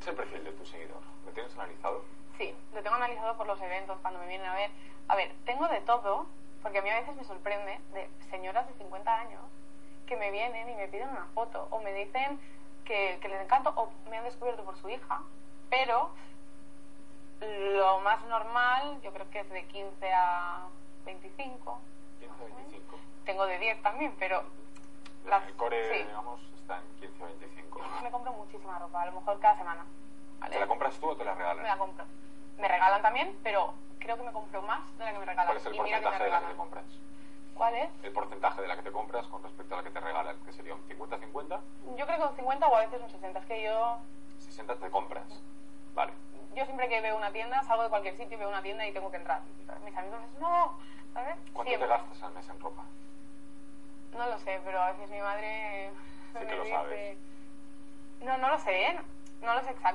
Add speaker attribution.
Speaker 1: es el perfil de tu seguidor? ¿Lo tienes analizado?
Speaker 2: Sí, lo tengo analizado por los eventos, cuando me vienen a ver. A ver, tengo de todo, porque a mí a veces me sorprende de señoras de 50 años que me vienen y me piden una foto, o me dicen que, que les encanto, o me han descubierto por su hija, pero lo más normal, yo creo que es de 15 a 25.
Speaker 1: 15 a 25.
Speaker 2: Tengo de 10 también, pero
Speaker 1: La, el core,
Speaker 2: sí.
Speaker 1: digamos, está en 15 a 25.
Speaker 2: me compro muchísima ropa, a lo mejor cada semana. ¿vale?
Speaker 1: ¿Te la compras tú o te la
Speaker 2: Me
Speaker 1: regalan?
Speaker 2: la compro. Me regalan también, pero creo que me compro más de la que me regalan.
Speaker 1: ¿Cuál es el
Speaker 2: y mira que me
Speaker 1: porcentaje de la que te
Speaker 2: regalan.
Speaker 1: compras?
Speaker 2: ¿Cuál es?
Speaker 1: El porcentaje de la que te compras con respecto a la que te regalan, que sería un 50-50,
Speaker 2: Yo creo que un 50 o a veces un 60. Es que yo,
Speaker 1: 60 te compras. Vale.
Speaker 2: yo siempre que veo una tienda, salgo de cualquier sitio y veo una tienda y tengo que entrar. Mis amigos dicen, no, ¿sabes?
Speaker 1: ¿Cuánto
Speaker 2: Siempre.
Speaker 1: te gastas al mes en ropa?
Speaker 2: No lo sé, pero a veces mi madre
Speaker 1: Sí
Speaker 2: me
Speaker 1: que lo
Speaker 2: dice-
Speaker 1: sabes.
Speaker 2: No, no lo sé, ¿eh? no lo sé exacto.